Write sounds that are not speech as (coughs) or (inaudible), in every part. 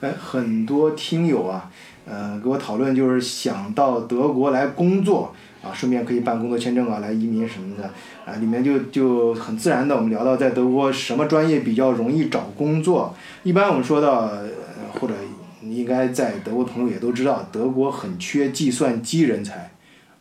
哎，很多听友啊，呃，跟我讨论就是想到德国来工作啊，顺便可以办工作签证啊，来移民什么的啊，里面就就很自然的，我们聊到在德国什么专业比较容易找工作，一般我们说到、呃、或者你应该在德国朋友也都知道，德国很缺计算机人才，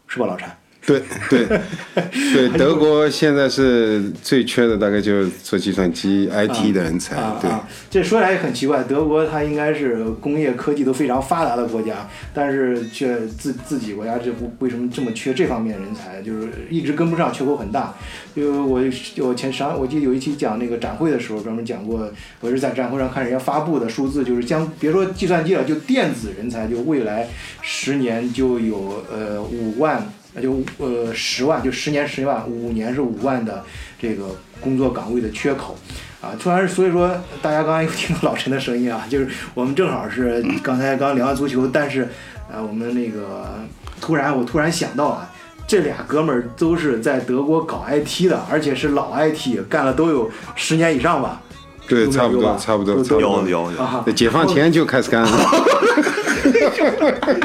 是吧，老陈？对对 (laughs) 对，德国现在是最缺的，大概就是做计算机 IT 的人才。啊对，啊，这说来也很奇怪，德国它应该是工业科技都非常发达的国家，但是却自自己国家这不为什么这么缺这方面人才，就是一直跟不上，缺口很大。就我我前上我记得有一期讲那个展会的时候，专门讲过，我是在展会上看人家发布的数字，就是将别说计算机了，就电子人才，就未来十年就有呃五万。那就呃十万，就十年十万，五年是五万的这个工作岗位的缺口，啊，突然所以说大家刚才又听到老陈的声音啊，就是我们正好是刚才刚聊完足球，但是呃我们那个突然我突然想到啊，这俩哥们儿都是在德国搞 IT 的，而且是老 IT，干了都有十年以上吧，对，有没有差不吧多，差不多，有差不有多有。有有，啊对，解放前就开始干 (laughs) 了，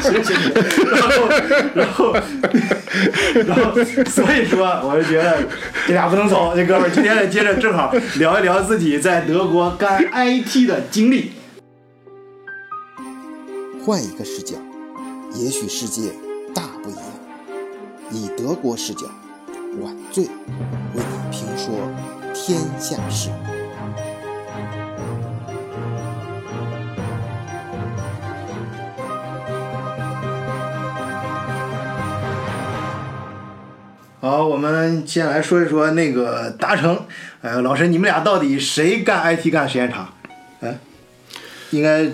谢谢你。然后，然后，然后，所以说，我就觉得这俩不能走。这哥们儿今天也接着正好聊一聊自己在德国干 IT 的经历。换一个视角，也许世界大不一样。以德国视角，晚醉为你评说天下事。好，我们先来说一说那个达成。呃，老师，你们俩到底谁干 IT 干时间长？哎，应该，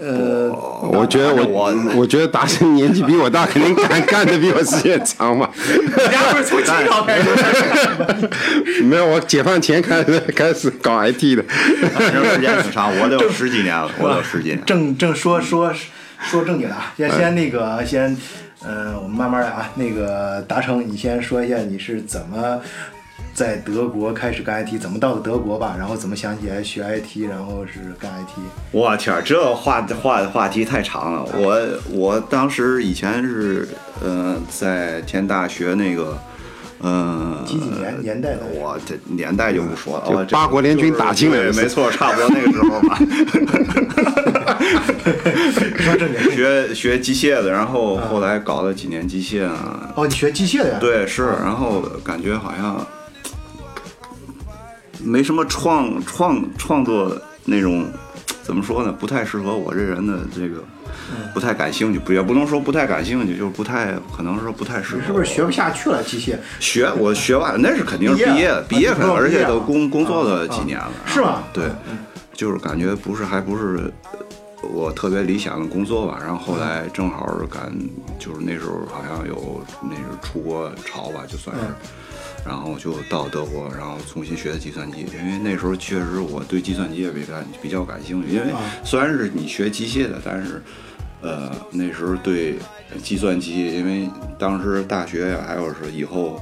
呃，我觉得我我我觉得达成年纪比我大，肯定干 (laughs) 干的比我时间长嘛。 (laughs) 大家不是从 (laughs) 清朝开始没有，我解放前开始开始搞 IT 的，反正时间挺长，我都有十几年了，我都有十几年。正正说嗯说说正经的，啊，先哎先那个先，呃，我们慢慢来啊。那个达成，你先说一下你是怎么在德国开始干 IT，怎么到的德国吧，然后怎么想起来学 IT，然后是干 IT。我天儿，这话话话题太长了。我我当时以前是呃在前大学那个呃几几年年代的我这年代就不说了，就我这八国联军打进来的对时候没错，差不多那个时候 (laughs) 吧。 (laughs) 说正经，学学机械的，然后后来搞了几年机械啊，哦，你学机械的呀？，对，是，然后感觉好像没什么创创创作那种，怎么说呢？不太适合我这人的这个，嗯不太感兴趣，不也不能说不太感兴趣，就是不太可能说不太适合我。是不是学不下去了机械？学我学完那是肯定毕是毕业业了毕业啊肯你不知定，道而毕业且都了工工作啊了啊几年了，是吗嗯对，就是感觉不是还不是呃我特别理想的工作吧。然后后嗯来正好是赶，就是那时候好像有那是出国潮吧，就算是。嗯然后就到德国，然后重新学的计算机，因为那时候确实我对计算机也比感比较感兴趣。因为虽然是你学机械的，但是呃那时候对计算机，因为当时大学呀，还有是以后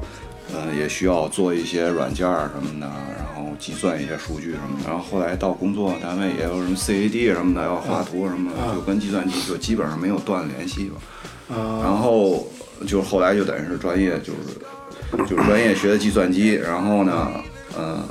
呃也需要做一些软件儿什么的，然后计算一些数据什么的。然后后来到工作单位也有什么 CAD 什么的，要画图什么的，就跟计算机就基本上没有断联系吧。然后呃就后来就等于是专业就是就是专业学的计算机，然后呢，呃，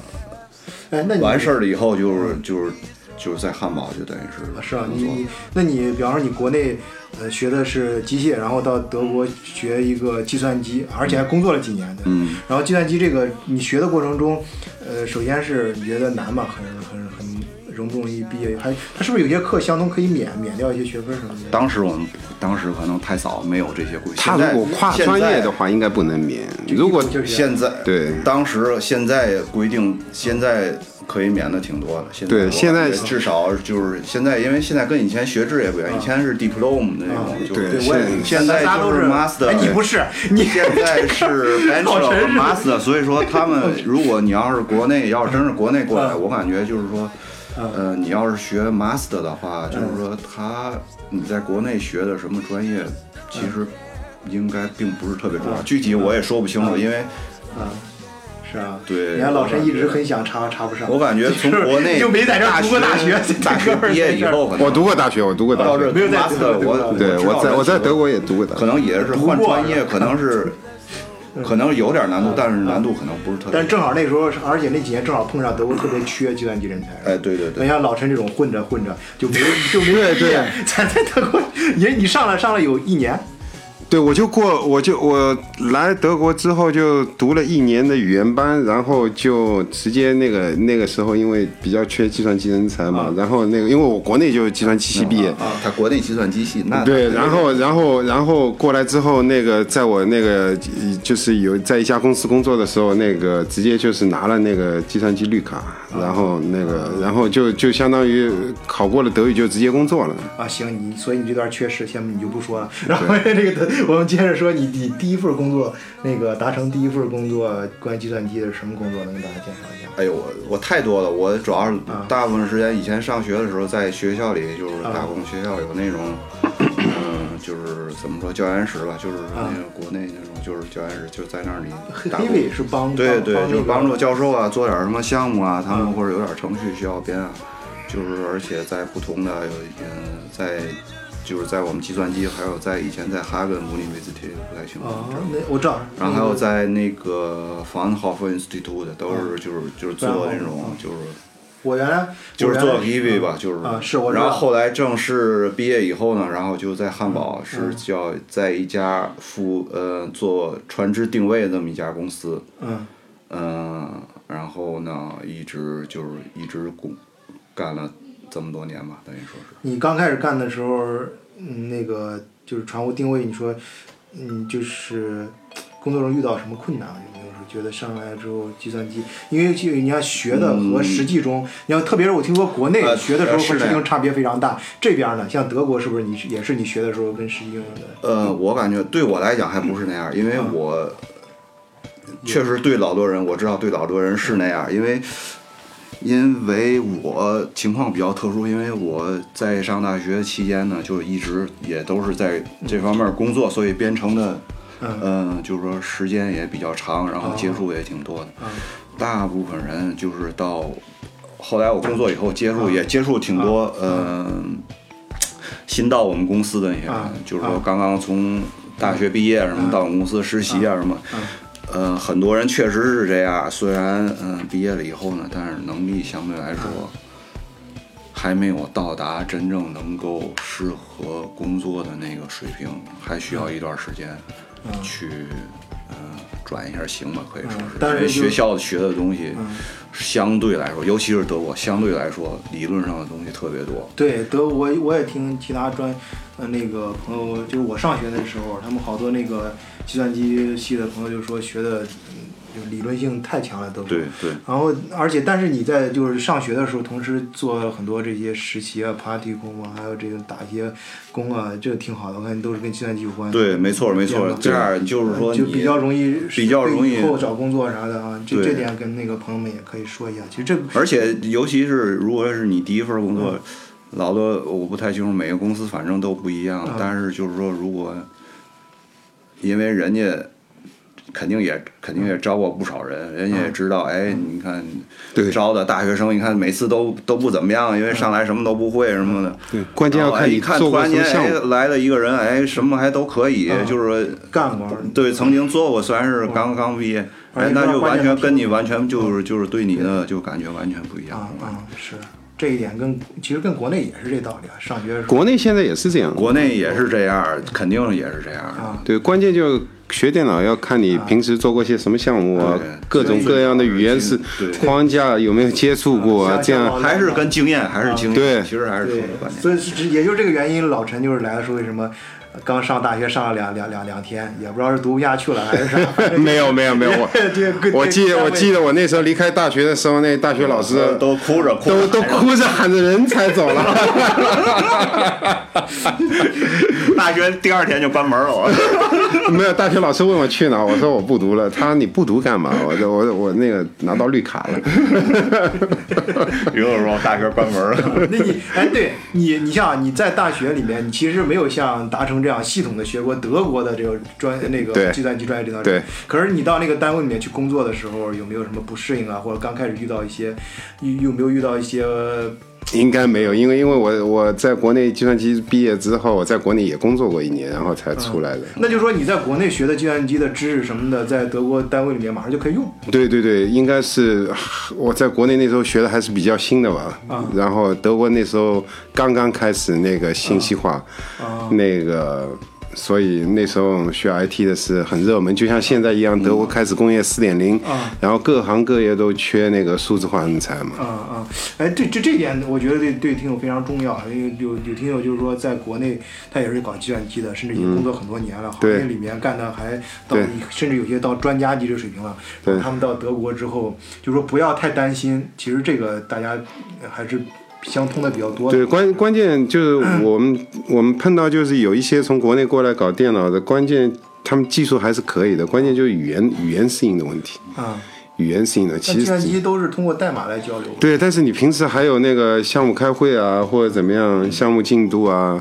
哎，那你完事儿了以后就是就是就是在汉堡就等于是是啊，工你作你，那你比方说你国内呃学的是机械，然后到德国学一个计算机，而且还工作了几年的。嗯。然后计算机这个你学的过程中，呃，首先是你觉得难吗？很很很容不容易毕业？还它是不是有些课相同可以免免掉一些学分什么的？当时我们当时可能太早，没有这些规矩。他现在如果跨现专业在的话，应该不能免。如果就是现在对当时现在规定，现在可以免的挺多的。现在对我现在感觉至少就是现在，因为现在跟以前学制也不一样，以前是 diploma 的那种，啊就是对啊我也现现在大家都就是是 master，哎，你不是你 (laughs) 现在是 bachelor 和 master，所以说他们如果你要是国内，要是真是国内过嗯来，我感觉就是说，呃，你要是学 master 的话，嗯就是说他你在国内学的什么专业，嗯嗯其实应该并不是特别重要。具体我也说不清楚，因为是吧？对你看老我陈感一直觉很想查，查不上。我感觉从国内就没在这儿读过大学， (laughs) 大这学哥们儿毕业以后，可能我读过大学，我读过大到这学儿，没有在读 master，德国我对知道我在这我在情况德国也读过大学。可能也是换专业，可能是，可能有点难度，但是难度可能不是特别。嗯但正好那时候，而且那几年正好碰上德国特别缺计算机人才。哎对对对你像老陈这种混着混着就没就没对对毕业咱在德国，你你上了上了有一年，对，我就过，我就我来德国之后就读了一年的语言班，然后就直接那个那个时候因为比较缺计算机人才嘛，然后那个因为我国内就是计算机系毕业，啊，他国内计算机系那对，然后然后然后过来之后，那个在我那个就是有在一家公司工作的时候，那个直接就是拿了那个计算机绿卡，然后那个然后就就相当于考过了德语就直接工作了。啊，行，你所以你这段缺失，先你就不说了。然后这个，我们接着说你你第一份工作，那个达成第一份工作关于计算机的是什么工作？能跟大家介绍一下？哎呦，我我太多了，我主要是啊大部分时间以前上学的时候，在学校里就是打工，学校 (coughs) 有那种，嗯，就是怎么说教研室吧，就是那个国内那种，就是教研室，就在那里打啊黑工。尾是帮对帮对，帮那就是个嗯帮助教授啊做点什么项目啊，他们或者有点程序需要编啊，就是而且在不同的有嗯在。就是在我们计算机，还有在以前在哈根慕尼维兹体不太清楚，啊这样，那我知道。嗯然后还有那个在那个房浩夫 Institute 的，都嗯是就是就是做那种就是我原来就是做我原来 PV 吧，就是啊是我知道然后后来正式毕业以后呢，然后就在汉嗯堡是叫在一家服呃做船只定位这么一家公司，嗯嗯，然后呢一直就是一直工干了这么多年吧，等于说是。你刚开始干的时候，嗯，那个就是船坞定位，你说，嗯，就是工作中遇到什么困难？有没有说觉得上来之后计算机，因为就你要学的和实际中，你要特别是我听说国内嗯呃学的时候呃和是实这际样中差别非常大，这边呢，像德国是不是你也是你学的时候跟实际用的？呃，我感觉对我来讲还不是那样，因为啊我确实对老多人，我知道对老多人是那样，因为因为我情况比较特殊，因为我在上大学期间呢，就一直也都是在这方面工作，所以编程的，嗯啊嗯、就是说时间也比较长，然后接触也挺多的。大部分人就是到后来我工作以后接啊触也接触挺多，嗯。新到我们公司的那些人啊，就是说刚刚从大学毕业什么，到我们公司实习啊什么，呃，很多人确实是这样。虽然嗯、毕业了以后呢，但是能力相对来说啊还没有到达真正能够适合工作的那个水平，还需要一段时间啊去。呃转一下型吧，可以说嗯是，但是因就啊为学校学的东西相对来说，尤其是德国，相对来说理论上的东西特别多。对，德我我也听其他专，呃，那个朋友，就是我上学的时候，他们好多那个计算机系的朋友就说学的，嗯就理论性太强了，德国。对对，然后，而且，但是你在就是上学的时候，同时做很多这些实习啊、party 工啊，还有这个打一些工啊，这挺好的。我看都是跟计算机有关。对，没错没错对，这样就是说嗯就你比较容易，比较容易以后找工作啥的啊。这对这点跟那个朋友们也可以说一下。其实这而且尤其是如果是你第一份嗯工作，老多我不太清楚，每个公司反正都不一样。嗯但是就是说，如果因为人家肯定也肯定也嗯招过不少人，人家也知道，哎，你看对嗯招的大学生，你看每次都都不怎么样，因为上来什么都不会什么的。对，关键要然后哎看一你看做突过然什么间项哎目。嗯来了一个人，哎，什么还都可以，就是说干过，对，曾经做过，虽然是刚刚毕业，哦而哎且，那不知就道关完键全是跟你完全就是就是对你的就感觉完全不一样啊了。啊是这一点跟其实跟国内也是这道理啊。上学的时候国内现在也是这样，国内也是这样，肯定也是这样。啊，对，关键就学电脑要看你平时做过些什么项目啊啊对，各种各样的语言是对对框架有没有接触过像啊？这像样网还是跟经验，还是经验，对其实还是说啊对的关，键。所以是也就这个原因，老陈就是来的时候为什么呃刚上大学上了两两两两天，也不知道是读不下去了还是啥。反正 (laughs) 没有没有没有，我 (laughs) 这 (laughs) 个我记这个我记得我那时候离开大学的时候，那大学老师呃都哭着哭都着 (laughs) 都哭着喊着人才走了。(laughs) (laughs) 大学第二天就关门了。没有，大学老师问我去哪儿，我说我不读了。他说你不读干嘛？我说我我那个拿到绿卡了。 (laughs) 于老师说大学关门了，那你哎，对你，你像你在大学里面，你其实没有像达成这样系统的学过德国的这个专那个对计算机专业这套。对。可是你到那个单位里面去工作的时候，有没有什么不适应啊？或者刚开始遇到一些，有有没有遇到一些？应该没有，因为因为我我在国内计算机毕业之后，我在国内也工作过一年，然后才出来的。那就是说你在国内学的计算机的知识什么的，在德国单位里面马上就可以用。对对对，应该是我在国内那时候学的还是比较新的吧。然后德国那时候刚刚开始那个信息化，那个。所以那时候学 IT 的是很热门，就像现在一样，德国开始工业四点零，然后各行各业都缺那个数字化人才嘛。嗯嗯，哎，这这这点我觉得对对听友非常重要，因为有有听友就是说，在国内他也是搞计算机的，甚至已经工作很多年了，行嗯对业里面干的还到对甚至有些到专家级的水平了。对他们到德国之后，就说不要太担心，其实这个大家还是相通的比较多的。对，关关键就是我们、 (coughs) 我们碰到就是有一些从国内过来搞电脑的，关键他们技术还是可以的，关键就是语言语言适应的问题，啊，语言适应的那其计算实。机都是通过代码来交流。对，但是你平时还有那个项目开会啊，或者怎么样，项目进度啊，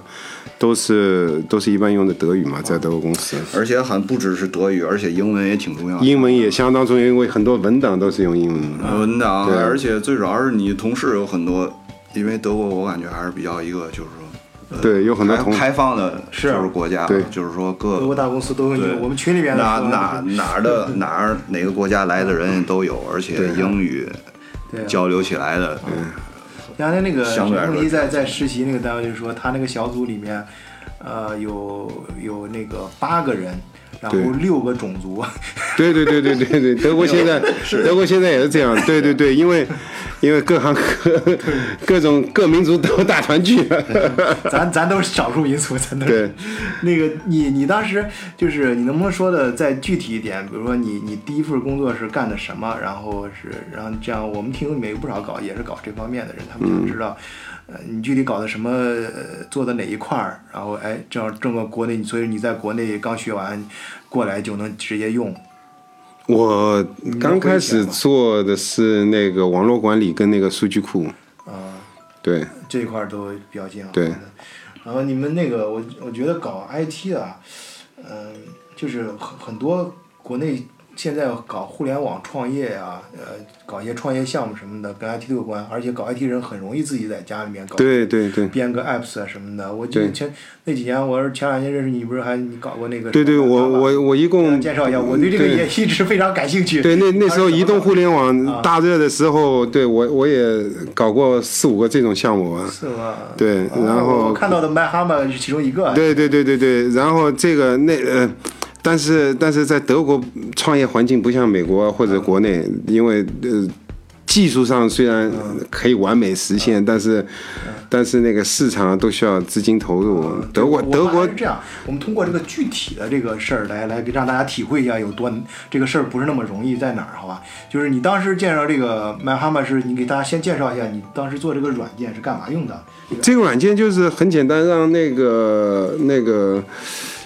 都是都是一般用的德语嘛，在德国公司，而且很不只是德语，而且英文也挺重要的。英文也相当重要，因为很多文档都是用英文的。文的啊，对而且最主要是你同事有很多，因为德国我感觉还是比较一个就是说，呃对有很多开同开放的，是啊就是国家，对就是说德各国大公司都用英对文，我们群里面的哪说哪哪 (laughs) 儿的哪儿哪个国家来的人都有，而且英语对啊嗯交流起来的，原来那个相对来说梦一在在实习那个单位就说，他那个小组里面，呃，有有那个八个人，然后对六个种族，对对对对对对，德国现在德国现在也是这样，对对对，因为因为各行各各种各民族都大团聚了。 (laughs) 咱咱都是少数民族，咱都是对。那个你你当时就是你能不能说的再具体一点？比如说你你第一份工作是干的什么？然后是然后这样，我们听友里面有不少搞也是搞这方面的人，他们想知道。呃，你具体搞的什么？呃做的哪一块儿？然后，哎，这样这么国内，所以你在国内刚学完，过来就能直接用。我刚开始做的是那个网络管理跟那个数据库，啊，对这一块儿都比较近啊。对然后你们那个，我我觉得搞 IT 的啊，嗯、就是很很多国内现在搞互联网创业啊，呃，搞一些创业项目什么的，跟 IT 都有关，而且搞 IT 人很容易自己在家里面搞。对对对编个 apps 啊什么的，我记得对前那几年，我是前两年认识你，不是还你搞过那个对对，什么我打卡吧我我一呃共介绍一下，我对这个对也啊一直非常感兴趣。对，那那时候它是怎么移动搞的互联网大热的时候，对我我也搞过四五个这种项目，是吗？对啊，然后我看到的麦哈嘛是其中一个。啊对对对对对，然后这个那呃，但是但是在德国创业环境不像美国啊或者国内，因为呃。技术上虽然可以完美实现，但是，但是那个市场啊都需要资金投入。啊德国，我们德国还是这样，我们通过这个具体的这个事儿来来让大家体会一下有多这个事儿不是那么容易在哪儿，好吧？就是你当时介绍这个麦哈嘛，是你给大家先介绍一下你当时做这个软件是干嘛用的？这个这个软件就是很简单，让那个那个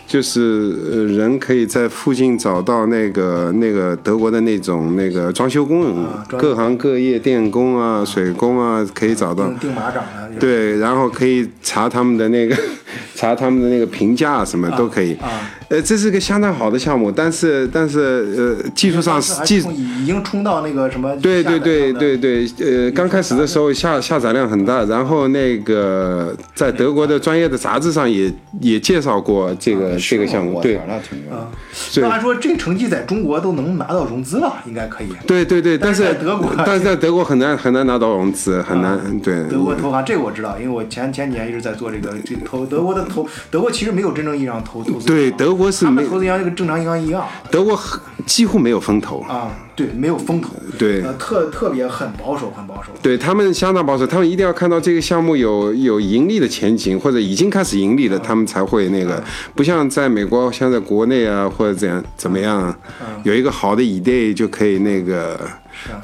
就是呃人可以在附近找到那个那个德国的那种那个装修工人，啊装各行各业，电工啊、水工啊，可以找到。钉钉马掌啊的，就是对，然后可以查他们的那个， (laughs) 查他们的那个评价什么都可以。啊，呃，这是个相当好的项目，但是但是呃，技术上当时还技冲已已经冲到那个什么对下载对上对的对对，呃，刚开始的时候下下载量很大，然后那个在德国的专业的杂志上也也介绍过这个这个项目，我对操那挺牛啊，对那按说这个成绩在中国都能拿到融资了，应该可以。对对对，但是是在德国但是在德国很难很难拿到融资，很难对。德国投行这个我知道，因为我前前几年一直在做这个这投德国的投德国其实没有真正意义上投投资银行，对德国是他没们投资银行就跟正常银行一样德国很几乎没有风投，啊，对，没有风口，对呃，特特别很保守，很保守。对他们相当保守，他们一定要看到这个项目有有盈利的前景，或者已经开始盈利了，他们才会那个。不像在美国，像在国内啊，或者怎样怎么样啊，有一个好的 idea 就可以那个。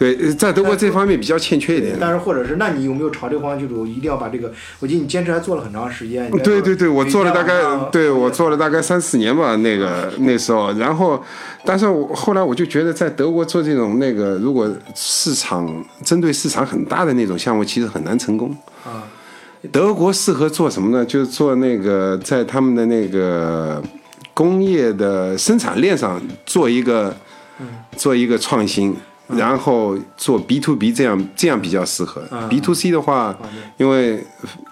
对，呃在德国这方面比较欠缺一点。但是或者是，那你有没有朝这个方向去走？一定要把这个，我记得你坚持还做了很长时间。你在哦对对对，我你做了在大概网上，对我做了大概三四年吧，那 (laughs) 个那时候，然后，但是我后来我就觉得，在德国做这种那个，如果市场针对市场很大的那种项目，其实很难成功。啊，德国适合做什么呢？就是做那个在他们的那个工业的生产链上做一个做一个创新，然后做 B to B 这样这样比较适合。B to C 嗯的话，因为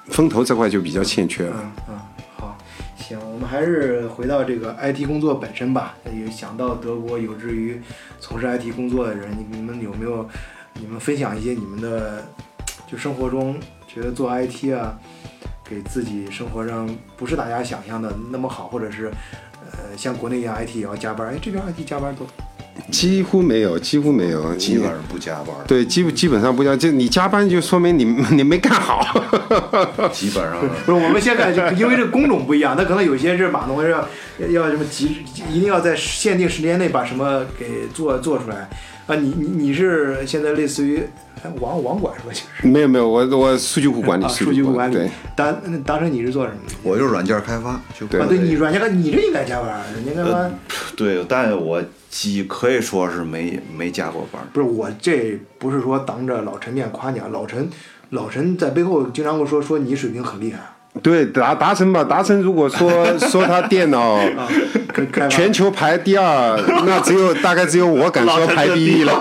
风投这块就比较欠缺了。嗯嗯，好，行，我们还是回到这个 IT 工作本身吧。那有想到德国有志于从事 IT 工作的人，你你们有没有？你们分享一些你们的，就生活中觉得做 IT 啊，给自己生活上不是大家想象的那么好，或者是。呃，像国内一样，IT 也要加班，哎，这边 IT 加班多，几乎没有，几乎没有，基本上不加班，对基本基本上不加，就你加班就说明你 (laughs) 你没干好。基本上不是，我们现在就因为这工种不一样，那可能有些是码农要要什么急，一定要在限定时间内把什么给做做出来。啊，你你你是现在类似于哎网网管是吧？就是没有没有，我我数据库管理，啊，数据库管理对。。当那当时你是做什么的？我就是软件开发，就对啊，对你软件开，你这应该加班，软件开发对，但我几可以说是没没加过班。不是我这不是说当着老陈面夸你啊，老陈老陈在背后经常跟我说说你水平很厉害，啊对达达成吧，达成如果说说他电脑啊开开发全球排第二，那只有大概只有我敢说排第一了。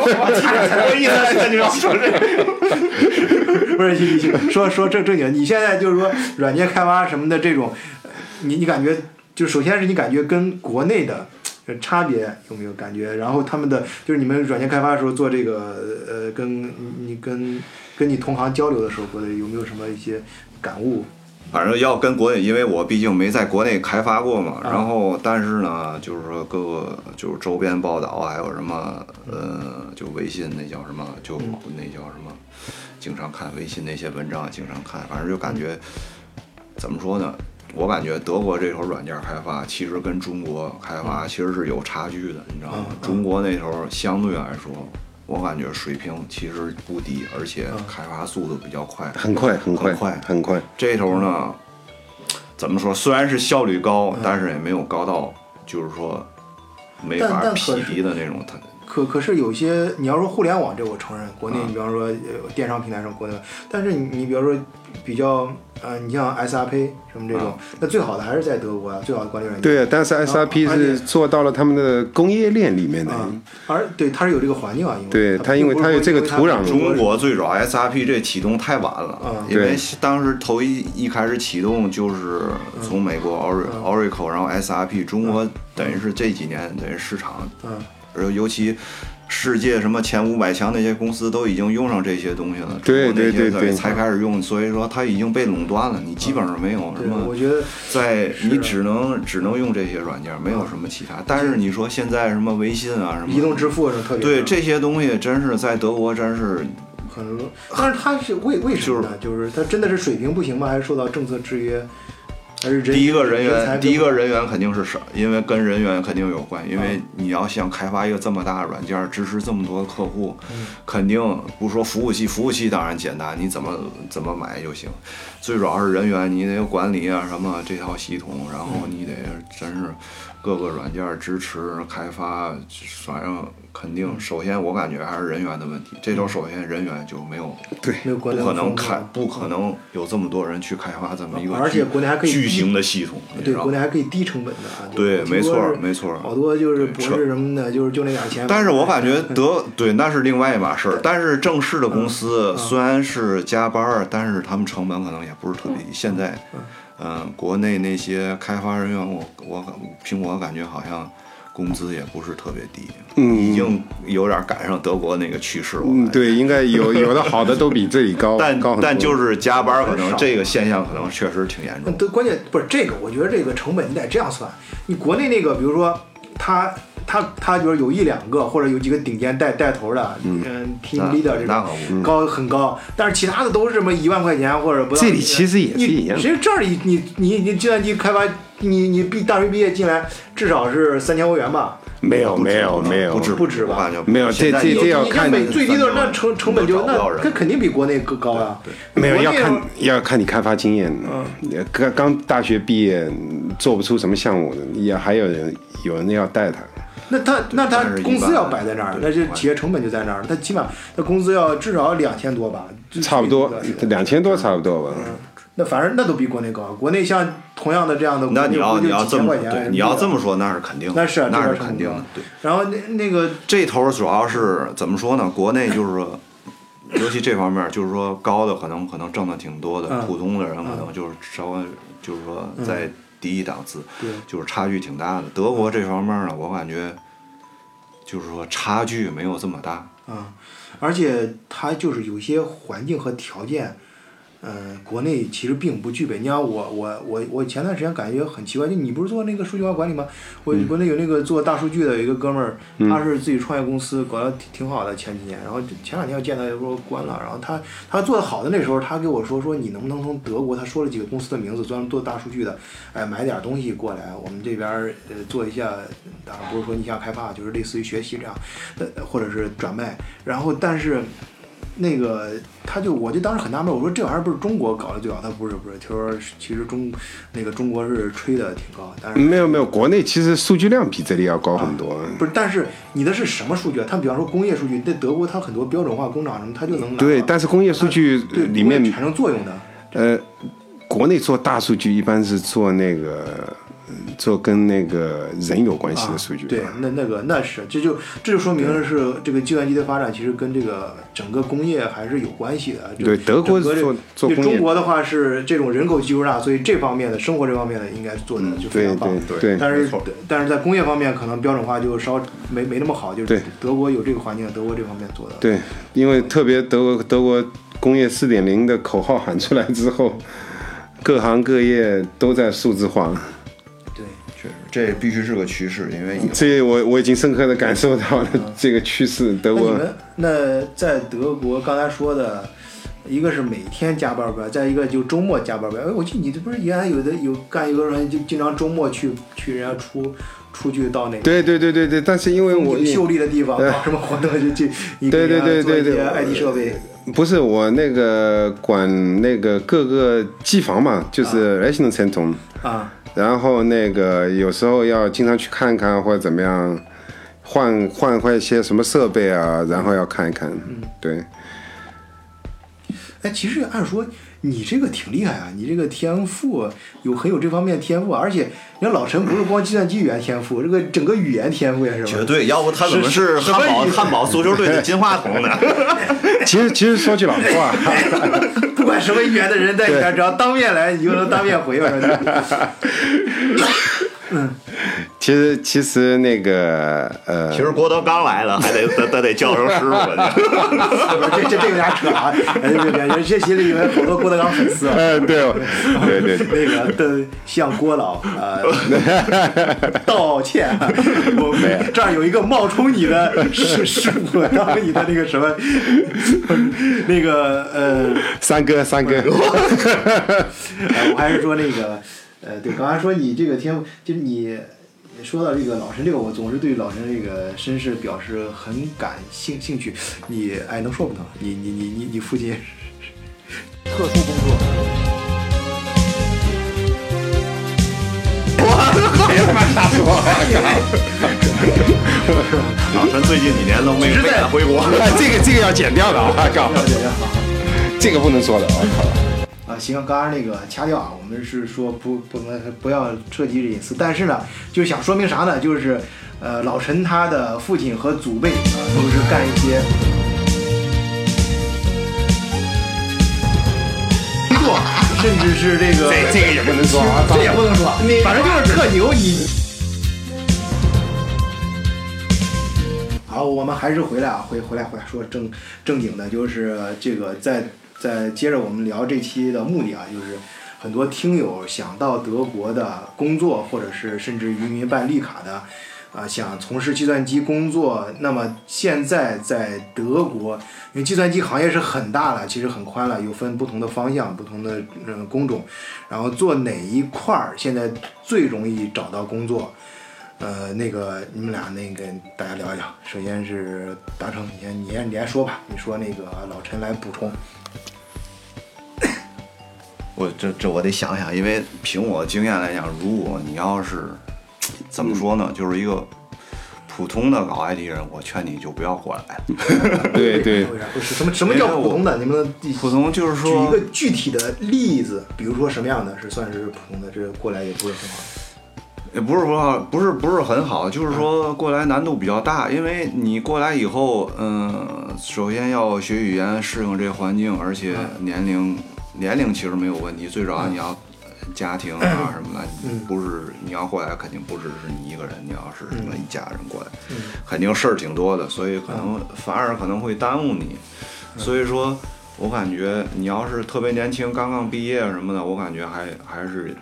我意思是你要说这个，不是你你说说正正经，你现在就是说软件开发什么的这种，呃你你感觉就首先是你感觉跟国内的。呃差别有没有感觉？然后他们的就是你们软件开发的时候做这个呃，跟你你跟跟你同行交流的时候，或者有没有什么一些感悟？反正要跟国内，因为我毕竟没在国内开发过嘛。然后，但是呢，就是说各个就是周边报道啊，还有什么呃，就微信那叫什么，就那叫什么，经常看微信那些文章，啊经常看，反正就感觉怎么说呢？我感觉德国这头软件开发其实跟中国开发其实是有差距的，你知道吗？中国那头相对来说，我感觉水平其实不低，而且开发速度比较快， (laughs) 很快，很快，很快嗯很快。这头嗯呢，怎么说？虽然是效率高，但是也没有高到就是说没但法但匹可是敌的那种。它可可是有些你要说互联网这我承认，国内你比方说呃电商平台上国内，但是你你比方说比较呃，你像 SAP 什么这种，那最好的还是在德国啊，最好的管理软件。对，但是 SRP 而且是做到了他们的供应链里嗯面的。啊，而对它是有这个环境啊，因为对它因为并它不是有这个因为它土壤中国最早 SRP 这启动太晚了嗯，因为对当时头一一开始启动就是从美国嗯 Ori- Oracle，然后 SRP，中国等于是这几年等于市场，嗯而尤其。世界什么前五百强那些公司都已经用上这些东西了，对中国那对些对等于对才开始用，所以说它已经被垄断了，你基本上没有嗯什对，么我觉得在你啊只能只能用这些软件，没有什么其他。但是你说现在什么微信啊什么，移动支付是特别对重要这些东西，真是在德国真是很多，但是它是为为什么呢？就是它真的是水平不行吗？还是受到政策制约？还是人第一个人才员，第一更个人员肯定是少，因为跟人员肯定有关，因为你要想开发一个这么大的软件，支持这么多客户，嗯肯定不说服务器，服务器当然简单，你怎么怎么买就行，最主要是人员，你得有管理啊什么这套系统，然后嗯你得真是各个软件支持开发，反正肯嗯定首先我感觉还是人员的问题，这周首先人员就没有，对，没有国不内可能丰富开，不可能有这么多人去开发这么一个巨，而且国内还可以巨型的系统，你知对道国内吗？还可以低成本的啊。对我听没错说是没错好多就是博对士什么的，就是就那点儿钱。但是我感觉德对那是另外一码事儿，但是正式的嗯公司虽然是加班儿，但是他们成本可能也不是特别低。现在，嗯，国内那些开发人员，我我凭我感觉好像工资也不是特别低，已经有点赶上德国那个趋势了。嗯，对，应该有有的好的都比这里高，但高很多。但就是加班，可很少能这个现象可能确实挺严重那。都关键不是这个，我觉得这个成本你得这样算。你国内那个，比如说他他他他比如有一两个或者有几个顶尖带带头的，嗯，team 那 leader 这那种可不嗯高很高，但是其他的都是什么一万块钱或者不到。这里其实也是一样你其实这儿你你你你计算机开发，你你毕大学毕业进来至少是三千欧元吧？没有没有没有，不止不止吧我感觉没有这现在这这要你看看每最低的那成成本你就都找不到那人那肯定比国内更高呀。没有国内要看要看你开发经验。嗯，刚刚大学毕业做不出什么项目的，也还有人有人要带他。那他那他但是一公司般要摆在那儿，对那就一般企业成本就在那儿，他起码他工资要至少两千多吧，最差不多最低的两千多，差不多吧。那反正那都比国内高，国内像同样的这样的，那你要估计你要几这千么块钱人啊对，民你币要了这么说那是肯定的，那是啊那这是边肯定的。对，然后那那个这头主要是怎么说呢？国内就是说，尤其这方面，就是说高的可能可能挣的挺多的，嗯普通的人可能就是稍微就是说在低一档次，对就是差距挺大的。德国这方面呢，我感觉就是说差距没有这么大。啊，而且它就是有些环境和条件，嗯，国内其实并不具备。你像我我我我前段时间感觉很奇怪，就你不是做那个数据化管理吗？我国内有那个做大数据的有一个哥们儿，他是自己创业公司，搞得挺挺好的前几年，然后前两天我见他说关了，然后他他做的好的那时候，他跟我说说你能不能从德国，他说了几个公司的名字，专门做大数据的，哎，买点东西过来，我们这边儿呃做一下，当然不是说逆向开发，就是类似于学习这样，呃或者是转卖，然后但是。那个，他就我就当时很纳闷，我说这玩意儿不是中国搞的最好？他不是不是，他说其实中那个中国是吹的挺高，但是没有没有，国内其实数据量比这里要高很多。不是，但是你的是什么数据啊？他比方说工业数据，在德国它很多标准化工厂什么，它就能拿对，到但是工业数据嗯对里工业面产生作用的，呃，国内做大数据一般是做那个嗯做跟那个人有关系的数据。啊啊对，那那个那是，这就这就说明是这个计算机的发展其实跟这个整个工业还是有关系的。就对德国整个这做做对工业中国的话是这种人口基数大，所以这方面的生活这方面的应该做的就非常棒。嗯对对对但没是错但是在工业方面可能标准化就稍没没那么好，就对是德国有这个环境，德国这方面做的。对，因为特别德国德国工业四点零的口号喊出来之后，各行各业都在数字化，对确实，这必须是个趋势，因为以后这我我已经深刻的感受到了这个趋势。德那你国们那在德国刚才说的，一个是每天加班儿吧，再一个就周末加班儿吧。哎，我记得你这不是原来有的有干一个人就经常周末去去人家出出去到那个对对对对对，但是因为我风景秀丽的地方对搞什么活动就去，你给对对人家对做对一对些 IT 设备，不是我那个管那个各个机房嘛，就是 r e s i d e n c e n t r 啊然后那个有时候要经常去看看或者怎么样，换换换一些什么设备啊，然后要看一看。嗯对，哎，其实按说你这个挺厉害啊，你这个天赋有很有这方面天赋啊，而且人家老陈不是光计算机语言天赋，这个整个语言天赋也是吧绝对，要不他怎么是是是汉堡什么意思汉堡足球队的金话筒呢？其实其实说句老实话， (laughs) (laughs) 不管什么语言的人在你那儿，只要当面来，你就能当面 (laughs) 回。反正其实其实那个呃，其实郭德纲来了，还得得得得叫声师傅呢。这这这有点扯啊！哎，这这这心里有好多郭德纲粉丝啊。呃，对哦， (laughs) 对对对，那个的向郭老呃道歉，啊我们这儿有一个冒充你的是是我当你的那个什么那个呃三哥三哥，哎，我还是说那个，呃，对，刚才说你这个天赋，就是你说到这个老陈这个，我总是对老陈这个身世表示很感兴兴趣。你哎，能说不能？你你你你你父亲特殊工作。老陈最近几年都没没敢回国。啊，这个这个要剪掉的啊，我靠，了解了好好这个不能说的，我啊，行，刚刚那个掐掉啊，我们是说不不能不要涉及隐私，但是呢，就是想说明啥呢？就是呃，老陈他的父亲和祖辈啊、都是干一些工作，甚至是这个这这个也不能说啊这也不能说，反正就是特牛你。好，我们还是回来啊，回回来回来说正正经的，就是这个再再接着我们聊这期的目的啊，就是很多听友想到德国的工作，或者是甚至移民办绿卡的，啊、想从事计算机工作，那么现在在德国，因为计算机行业是很大了，其实很宽了，有分不同的方向、不同的嗯工种，然后做哪一块儿现在最容易找到工作？呃，那个你们俩那个大家聊一聊，首先是达成，你先你先你先说吧，你说那个老陈来补充。我这这我得想想，因为凭我经验来讲，如果你要是怎么说呢，就是一个普通的搞 IT 人，我劝你就不要过来。对对，为啥不是什么什么叫普通的？你们普通就是举说一个具体的例子，比如说什么样的是算是普通的，这过来也不是很好。也不是说啊不是不是很好，就是说过来难度比较大，因为你过来以后，嗯，首先要学语言，适应这个环境，而且年龄年龄其实没有问题，最主要你要家庭啊什么的，你不是你要过来肯定不只是你一个人，你要是什么一家人过来，肯定事儿挺多的，所以可能反而可能会耽误你，所以说。我感觉你要是特别年轻，刚刚毕业什么的，我感觉还还是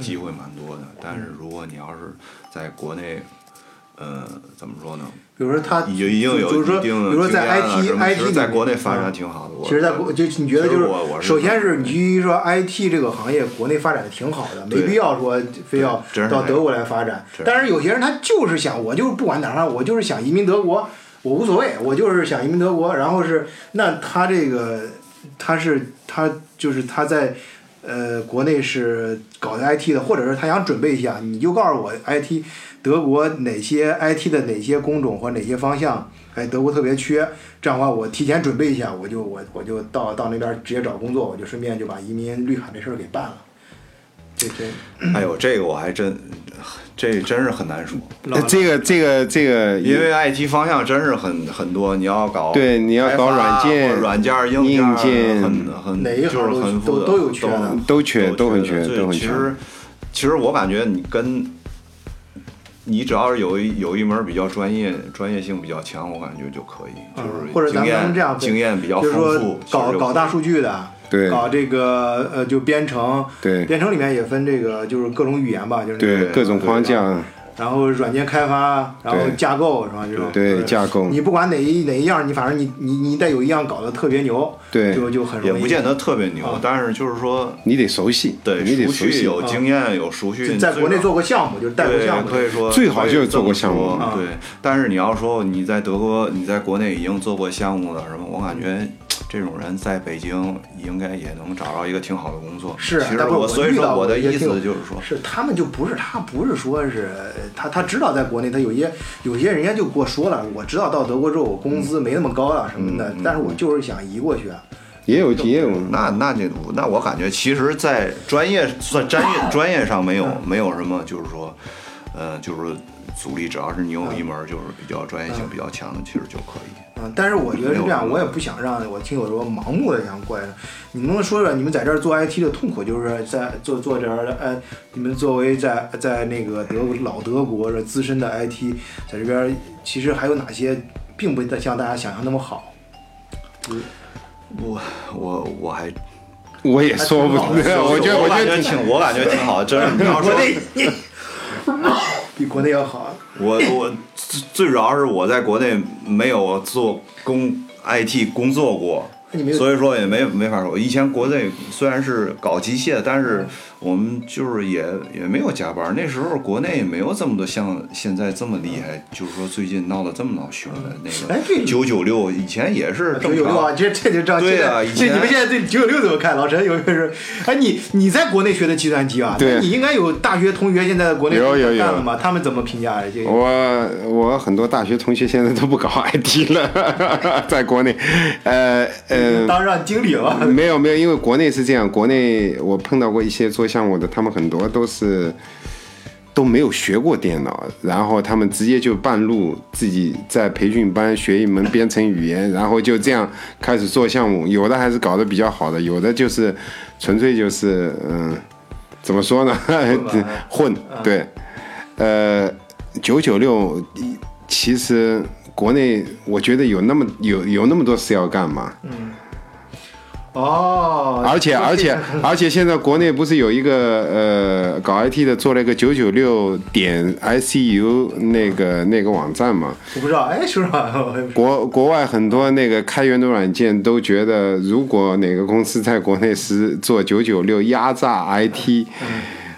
机会蛮多的。但是如果你要是在国内，呃，怎么说呢？比如说他已经已经啊就有是一说，比定的如说在经 IT 验了啊什么 IT 其实在里面国内发嗯展挺好的。我其实，在国就你觉得就其实我我是首先是觉得你一说 IT 这个行业国内发展的挺好的，没对必要说非要真是到没德国来发展是。但是有些人他就是想，我就是不管哪儿啊，我就是想移民德国，我无所谓，我就是想移民德国。然后是那他这个他是他就是他在。呃，国内是搞的 IT 的，或者是他想准备一下，你就告诉我 IT 德国哪些 IT 的哪些工种或哪些方向，哎，德国特别缺，这样的话我提前准备一下，我就我我就到到那边直接找工作，我就顺便就把移民绿卡这事儿给办了。这这哎呦，这个我还真，这真是很难说，老呃这个这个这个，因为 IT 方向真是很很多，你要搞对你要搞开发软件或者软件、硬硬件件很很哪一行就是都很都复杂都有缺的都缺都都很缺所以都很其缺实其实我感觉你跟你只要是有一有一门比较专业、专业性比较强，我感觉就可以，就是嗯或者咱经们咱验们这样分经验比较就是丰说富，搞搞大数数据的，对搞这个呃就编程，对编程里面也分这个就是各种语言吧，就是那对个各种啊框，对架，然后软件开发，然后对架构是吧？这种对架构你不管哪一哪一样，你反正你你你得有一样搞得特别牛，对就就很容也易。不见得特别牛啊，但是就是说。你得熟悉，对，你得熟熟悉悉。有经验，有熟悉，在国内最好做过项目，就是带过对，项目，嗯可以说最好就是做过可以这么说项目对，但是你要说你在德国，你在国内已经做过项目了什么，我感觉。这种人在北京应该也能找到一个挺好的工作。是其实但不是我我所以遇说到我的也意思挺有就是说，是他们就不是他不是说是他他知道在国内他有些有些人家就跟我说了，我知道到德国之后我工资没那么高了什么嗯的，但是我就是想移过去。啊也有也有，那那这那我感觉，其实，在专业算 (clears throat) 专业专业上没有嗯没有什么，就是说，呃，就是阻力，只要是你有一门儿就是比较专业性比较强的，其实就可以。嗯，但是我觉得是这样，没有我也不想让我听友说盲目的想过来的。你们能说说你们在这儿做 IT 的痛苦，就是在做做这儿的，呃，你们作为在在那个德国老德国这资深的 IT，在这边儿其实还有哪些并不像大家想象那么好？我我我还我也说不，还挺好的 (laughs) 我觉得我觉感觉得挺我感觉挺好，真是你要说国内比国内要好。啊我我最最主要是我在国内没有做工 IT 工作过你没，有所以说也没没法说。我以前国内虽然是搞机械，但是我们就是也也没有加班。那时候国内也没有这么多像现在这么厉害，就是说最近闹得这么老凶的哎那对个九九六，以前也是九正九六啊，常。这这就知道对现啊在以这前你们现在对九九六怎么看？老陈有没有是？哎，你你在国内学的计算机啊？对那你应该有大学同学现在在国内有有有干了吗？他们怎么评价这个？我我很多大学同学现在都不搞 IT 了， (laughs) 在国内，呃呃，当上经理了。 (laughs) 没有没有，因为国内是这样，国内我碰到过一些做项目的，他们很多都是都没有学过电脑，然后他们直接就半路自己在培训班学一门编程语言，然后就这样开始做项目，有的还是搞得比较好的，有的就是纯粹就是嗯、怎么说呢， (laughs) 混对，呃，九九六其实。国内我觉得有那么有有那么多事要干嘛？ (laughs) 哦，而且而且而且现在国内不是有一个呃搞 IT 的做了一个九九六点 ICU 那个那个网站嘛？我不知道，哎，是吧？我也不知道国国外很多那个开源的软件都觉得，如果哪个公司在国内是做九九六压榨 IT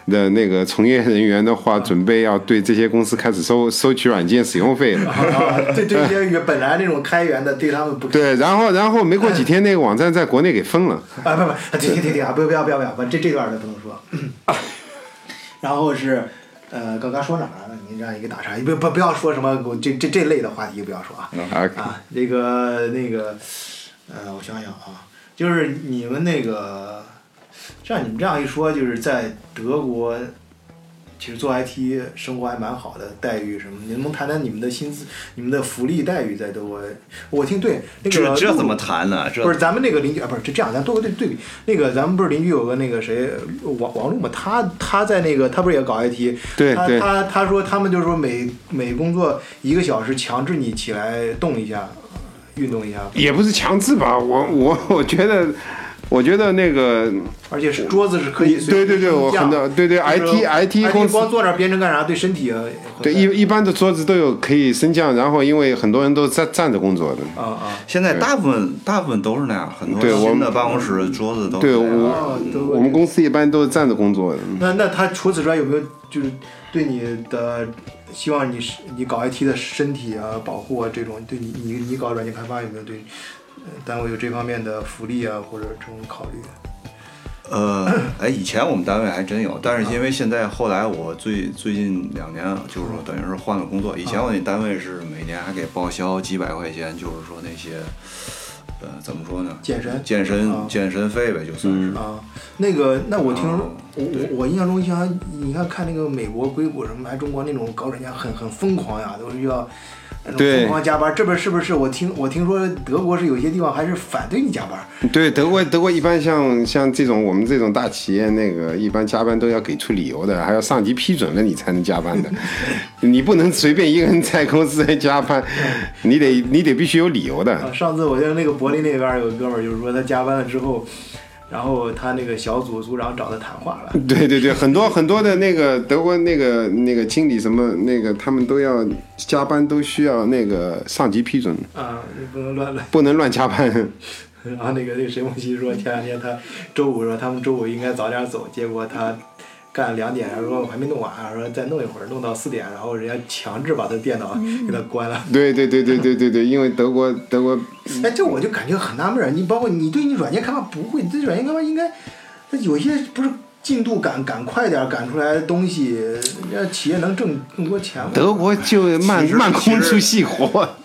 的那个从业人员的话，准备要对这些公司开始收收取软件使用费 (laughs) 了。啊，对对，些原本来那种开源的，对他们不对，然后然后没过几天，那个网站在国内给封了。啊不不，停停停停啊！不要不要不要不要，这这段儿的不能 (laughs) 说。然后是，呃，刚刚说哪儿来了？你让一个打岔，不不不要说什么我这这这类的话题不要说啊。啊，啊，那个那个，呃，我想想啊，就是你们那个，像你们这样一说，就是在德国，其实做 IT 生活还蛮好的待遇什么。你能不能谈谈你们的薪资、你们的福利待遇在德国？我听对那个这这陆怎么谈呢？这不是咱们那个邻居啊，不是就这样，咱做个对对比。那个咱们不是邻居有个那个谁王王璐嘛，他他在那个他不是也搞 IT，对他对他他说他们就是说每每工作一个小时强制你起来动一下，运动一下，也不是强制吧？我我我觉得，我觉得那个而且是桌子是可以随对对随对，意我降很多对对就是 IT IT 公司光坐那儿编程干啥，对身体啊对一一般的桌子都有可以升降，然后因为很多人都站站着工作的。啊啊现在大部分大部分都是那样，很多对我新们的办公室桌子都是对那样我啊，都我们公司一般都是站着工作的。那那他除此之外有没有就是对你的希望你是你搞 IT 的身体啊保护啊这种对你你你搞软件开发有没有对呃单位有这方面的福利啊或者这种考虑？呃， (coughs) 哎，以前我们单位还真有，但是因为现在后来我最最近两年就是说等于是换了工作，以前我那单位是每年还给报销几百块钱，就是说那些，呃，怎么说呢？健身健啊身健身费呗，就算是。啊，那个，那我听说哦，我我我印象中，像你看看那个美国硅谷什么，还中国那种搞人家很很疯狂呀，都是要那种对疯狂加班。这边是不是我听我听说德国是有些地方还是反对你加班？对，德国德国一般像像这种我们这种大企业，那个一般加班都要给出理由的，还要上级批准了你才能加班的， (laughs) 你不能随便一个人在公司加班，你得你得必须有理由啊，的。上次我在那个柏林那边儿有个哥们儿，就是说他加班了之后，然后他那个小组组长找他谈话了。 (laughs) 对对对，很多很多的那个德国那个那个经理什么那个，他们都要加班，都需要那个上级批准，啊，你不能乱来。不能乱加班。 (laughs) 然后那个那个谁梦琪说，前两天他周五说他们周五应该早点走，结果他干两点，说我还没弄完，说再弄一会儿，弄到四点，然后人家强制把他电脑给他关了。对对对对对对对，因为德国德国哎，这我就感觉很纳闷儿，你包括你对你软件开发不会，你对软件开发应该，那有些不是进度赶赶快点儿赶出来的东西，人家企业能挣更多钱吗？德国就慢其实慢其工实出细活。 (laughs)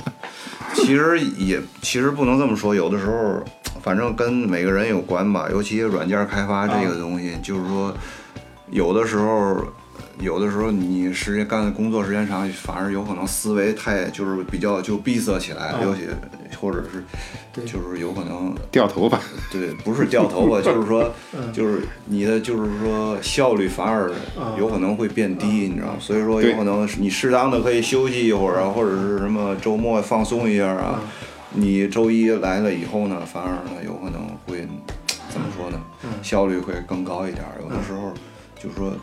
其实也其实不能这么说，有的时候反正跟每个人有关吧，尤其软件开发这个东西，就是说有的时候。有的时候你时间干的工作时间长，反而有可能思维太就是比较就闭塞起来，尤其或者是就是有可能 (laughs) 掉头发，对，不是掉头发，就是说，就是你的，就是说效率反而有可能会变低，你知道吗？所以说，对有可能是你适当的可以休息一会儿啊，或者是什么周末放松一下啊。你周一来了以后呢，反而呢有可能会怎么说呢？效率会更高一点儿。有的时候就是说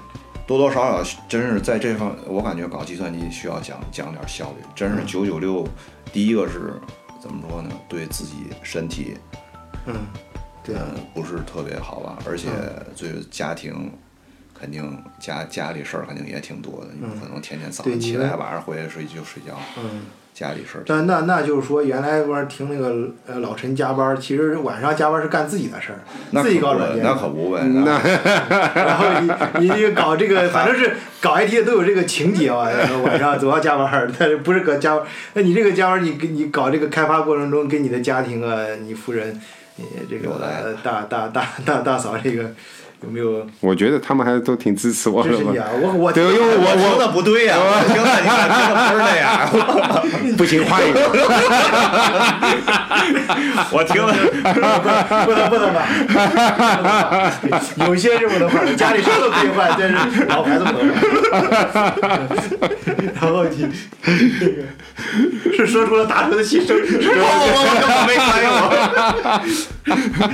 多多少少真是在这方，我感觉搞计算机需要讲讲点效率，真是九九六。第一个是怎么说呢？对自己身体嗯，对嗯嗯，不是特别好吧，而且就是家庭，肯定家家里事儿肯定也挺多的，你不可能天天早嗯对上你起们来，晚上回来睡就睡觉，嗯。家里事儿。但那那就是说，原来玩听那个呃老陈加班，其实晚上加班是干自己的事那儿，可自己搞不软，件，嗯那可不呗。啊那然后你你这个搞这个，反正是搞 IT 都有这个情节 (laughs) 啊，晚上总要加班儿，但是不是搞加班儿？那你这个加班儿，你跟你搞这个开发过程中，跟你的家庭啊，你夫人，你这个有的呃大大大大大嫂这个有没有？我觉得他们还都挺支持我支的持吧你。啊！我我对，因为 (laughs) 我我说的不对呀、啊我听了你看听的不是那 (laughs) (laughs) 样， (laughs) 不行，换一个。我听了不能不能吧，有些是不能换的，家里啥都可以换，但是老牌子不能换。然后你那个是说出了大头的心声，我没反应过。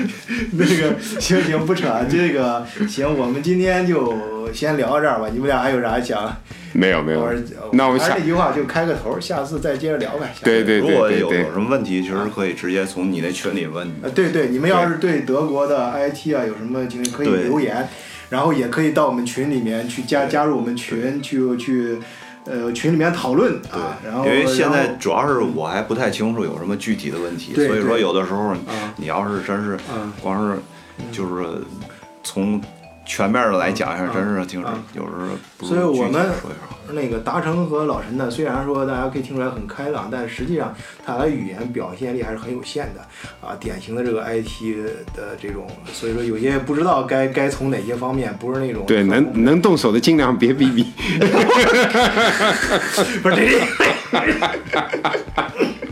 那个行行不扯啊，这个行，我们今天就先聊到这儿吧。你们俩还有啥想？没有没有我是，那我们还下是那句话，就开个头，下次再接着聊呗。下次对对如对果对有对有，什么问题，其实可以直接从你那群里问。呃，对对，你们要是对德国的 IT 啊有什么情况，可以对留言，然后也可以到我们群里面去加加入我们群，去去呃群里面讨论啊。然后因为现在然后主要是我还不太清楚有什么具体的问题，对所以说对有的时候啊你要是真是啊光是就是从全面的来讲一下，啊真是挺啊有时候不所以我具体地们嗯说一说。那个达成和老陈呢，虽然说大家可以听出来很开朗，但实际上他的语言表现力还是很有限的啊，典型的这个 IT 的这种，所以说有些不知道该该从哪些方面，不是那种对，能能动手的尽量别逼 (laughs) 逼。不是这 (laughs)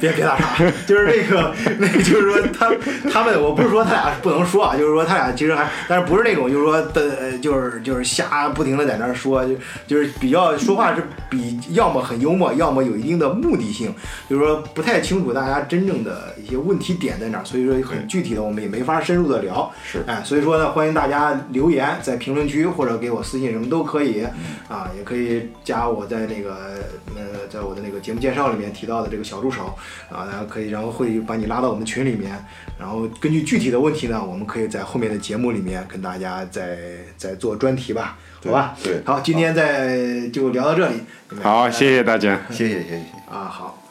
别别打岔，啊就是那个，那个就是说他他们，我不是说他俩不能说啊，就是说他俩其实还，但是不是那种就是说的，呃就是就是瞎不停的在那儿说，就就是比较说话是比要么很幽默，要么有一定的目的性，就是说不太清楚大家真正的一些问题点在哪儿，所以说很具体的我们也没法深入的聊，是哎，所以说呢，欢迎大家留言在评论区或者给我私信什么都可以，嗯啊，也可以加我在那个呃，在我的那个节目介绍里面提到的这个小助手啊，然后可以，然后会把你拉到我们群里面，然后根据具体的问题呢，我们可以在后面的节目里面跟大家再再做专题吧，好吧？对对好，今天再就聊到这里，你们好，谢谢大家。谢谢谢谢。啊，好。